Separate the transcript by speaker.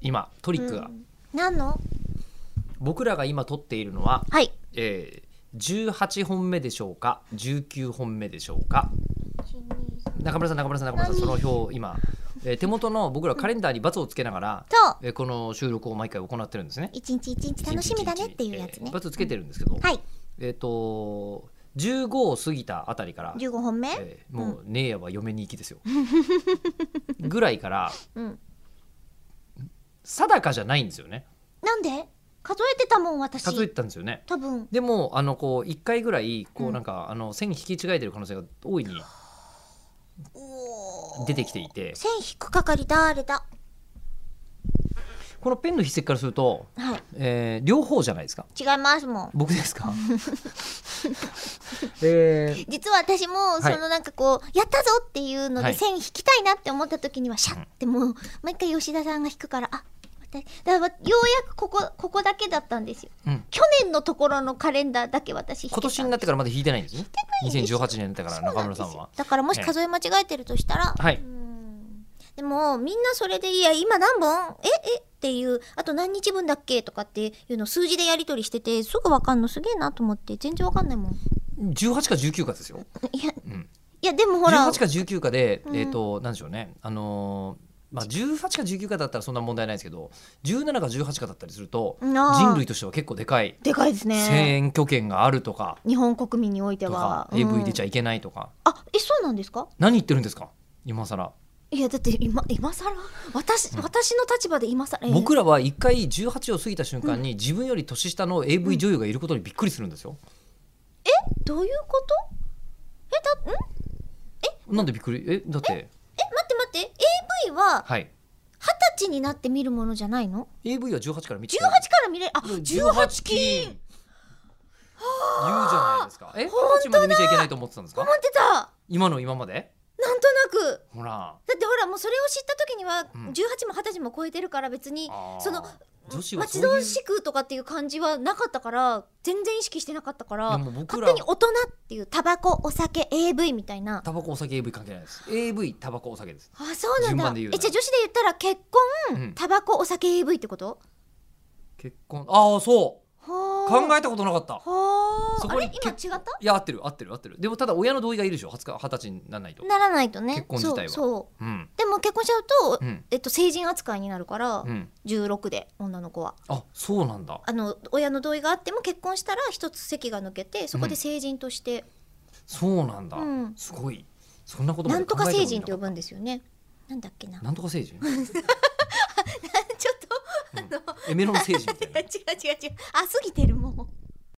Speaker 1: 今トリックが、
Speaker 2: うん何の
Speaker 1: 僕らが今撮っているのは、
Speaker 2: はい
Speaker 1: えー、18本目でしょうか19本目でしょうか中村さん中村さん中村さんその表を今、えー手元の僕らカレンダーに×をつけながら、
Speaker 2: そう
Speaker 1: えーこの収録を毎回行ってるんですね。
Speaker 2: 一日一日楽しみだねっていうやつ
Speaker 1: え
Speaker 2: ね
Speaker 1: ー×つけてるんですけど、
Speaker 2: はい
Speaker 1: えっ、と15を過ぎたあたりから、
Speaker 2: 15本目
Speaker 1: えーもう姉やは嫁に行きですよぐらいから
Speaker 2: うん
Speaker 1: 定かじゃないんですよね
Speaker 2: なんで数えてたもん私
Speaker 1: 数えてたんですよね
Speaker 2: 多分
Speaker 1: でもあのこう1回ぐらいこ
Speaker 2: う
Speaker 1: うんなんか、あの線引き違えてる可能性が大いに出てきていて
Speaker 2: 線引く係誰だ
Speaker 1: このペンの筆跡からすると、
Speaker 2: はい
Speaker 1: えー両方じゃないですか
Speaker 2: 違いますもん
Speaker 1: 僕ですか えー
Speaker 2: 実は私も
Speaker 1: い
Speaker 2: そのなんかこう、やったぞっていうの
Speaker 1: は
Speaker 2: で
Speaker 1: い
Speaker 2: 線引きたいなって思った時にはシャッてもう毎回吉田さんが引くからあ私だからようやくここここだけだったんですよ
Speaker 1: うん
Speaker 2: 去年のところのカレンダーだけ私引けた
Speaker 1: 今年になってからまだ引いてないんですね
Speaker 2: いんですよ
Speaker 1: 2018年だから
Speaker 2: そう
Speaker 1: 中
Speaker 2: な
Speaker 1: 村
Speaker 2: んです
Speaker 1: さ
Speaker 2: よ
Speaker 1: んは
Speaker 2: だからもし数え間違えてるとしたら、
Speaker 1: えはい
Speaker 2: うんでもみんなそれで「いや今何本ええっていうあと何日分だっけ?」とかっていうのを数字でやり取りしててすぐ分かんのすげえなと思って全然分かん ないもん
Speaker 1: 18か19かですよ、
Speaker 2: いや
Speaker 1: うん、
Speaker 2: いやでもほら
Speaker 1: 18か19かで、
Speaker 2: うん
Speaker 1: えっ、となんでしょうねあのーまあ、18か19かだったらそんな問題ないですけど17か18かだったりすると
Speaker 2: なあ
Speaker 1: 人類としては結構でかい
Speaker 2: でかいですね
Speaker 1: 選挙権があるとか
Speaker 2: 日本国民において
Speaker 1: とか
Speaker 2: は、
Speaker 1: AV 出ち
Speaker 2: ゃ
Speaker 1: ゃいけないとか
Speaker 2: あえそうなんですか
Speaker 1: 何言ってるんですか今更
Speaker 2: いやだって今今更私
Speaker 1: うん
Speaker 2: 私の立場で今更、えー
Speaker 1: 僕らは一回18を過ぎた瞬間に自分より年下の AV 女優がいることにびっくりするんですよ
Speaker 2: どういうことえだんえ
Speaker 1: なんでびっくりえだって
Speaker 2: 待って待って AV は
Speaker 1: はい
Speaker 2: 二十歳になって見るものじゃないの
Speaker 1: AV は18から見て
Speaker 2: 18から見れるあ18
Speaker 1: 18
Speaker 2: 金
Speaker 1: 金言うじゃないですかえ二十歳まで見ちゃいけないと思ってたんです
Speaker 2: 思
Speaker 1: か
Speaker 2: ってた
Speaker 1: 今の今まで
Speaker 2: なんとなく
Speaker 1: ほら
Speaker 2: だってほらもうそれを知った時には
Speaker 1: うん
Speaker 2: 18も20歳も超えてるから別に
Speaker 1: あー
Speaker 2: その
Speaker 1: 女子は
Speaker 2: 待
Speaker 1: そ
Speaker 2: ち
Speaker 1: ういう
Speaker 2: 遠しくとかっていう感じはなかったから全然意識してなかったか
Speaker 1: で
Speaker 2: ら
Speaker 1: も僕
Speaker 2: 勝
Speaker 1: ら
Speaker 2: 手に大人っていうタバコお酒 AV みたいな
Speaker 1: タバコお酒 AV 関係ないです AV タバコお酒です
Speaker 2: あそうなん
Speaker 1: 順
Speaker 2: だ
Speaker 1: 番で言う
Speaker 2: え
Speaker 1: な
Speaker 2: じゃあ女子で言ったら結
Speaker 1: う
Speaker 2: 婚
Speaker 1: ん
Speaker 2: タバコお酒 AV ってこと
Speaker 1: 結婚ああそう
Speaker 2: 考
Speaker 1: 考えたことなかったそ
Speaker 2: あ
Speaker 1: こに
Speaker 2: れ今違った
Speaker 1: いや合ってる合ってる合ってるでもただ親の同意がいるでしょ二十歳二十歳にならないと
Speaker 2: ならないとね
Speaker 1: 結婚自体は
Speaker 2: そうそ
Speaker 1: うん
Speaker 2: うでも結婚しちゃうと、
Speaker 1: うん
Speaker 2: えっと、成人扱いになるから
Speaker 1: うん
Speaker 2: 16で女の子は
Speaker 1: あそうなんだ
Speaker 2: あの親の同意があっても結婚したら一つ席が抜けてそこで成人として、
Speaker 1: そうなんだ、
Speaker 2: うん
Speaker 1: すごいそんなことま
Speaker 2: な
Speaker 1: で
Speaker 2: ん
Speaker 1: 考
Speaker 2: と
Speaker 1: えた
Speaker 2: か
Speaker 1: こと
Speaker 2: 成人と呼
Speaker 1: なかっ
Speaker 2: ぶんですよねなんだっけな
Speaker 1: たなんとか成人
Speaker 2: ちょっと
Speaker 1: エメロン成人みたいな
Speaker 2: 違う違う違うあ過ぎてるもう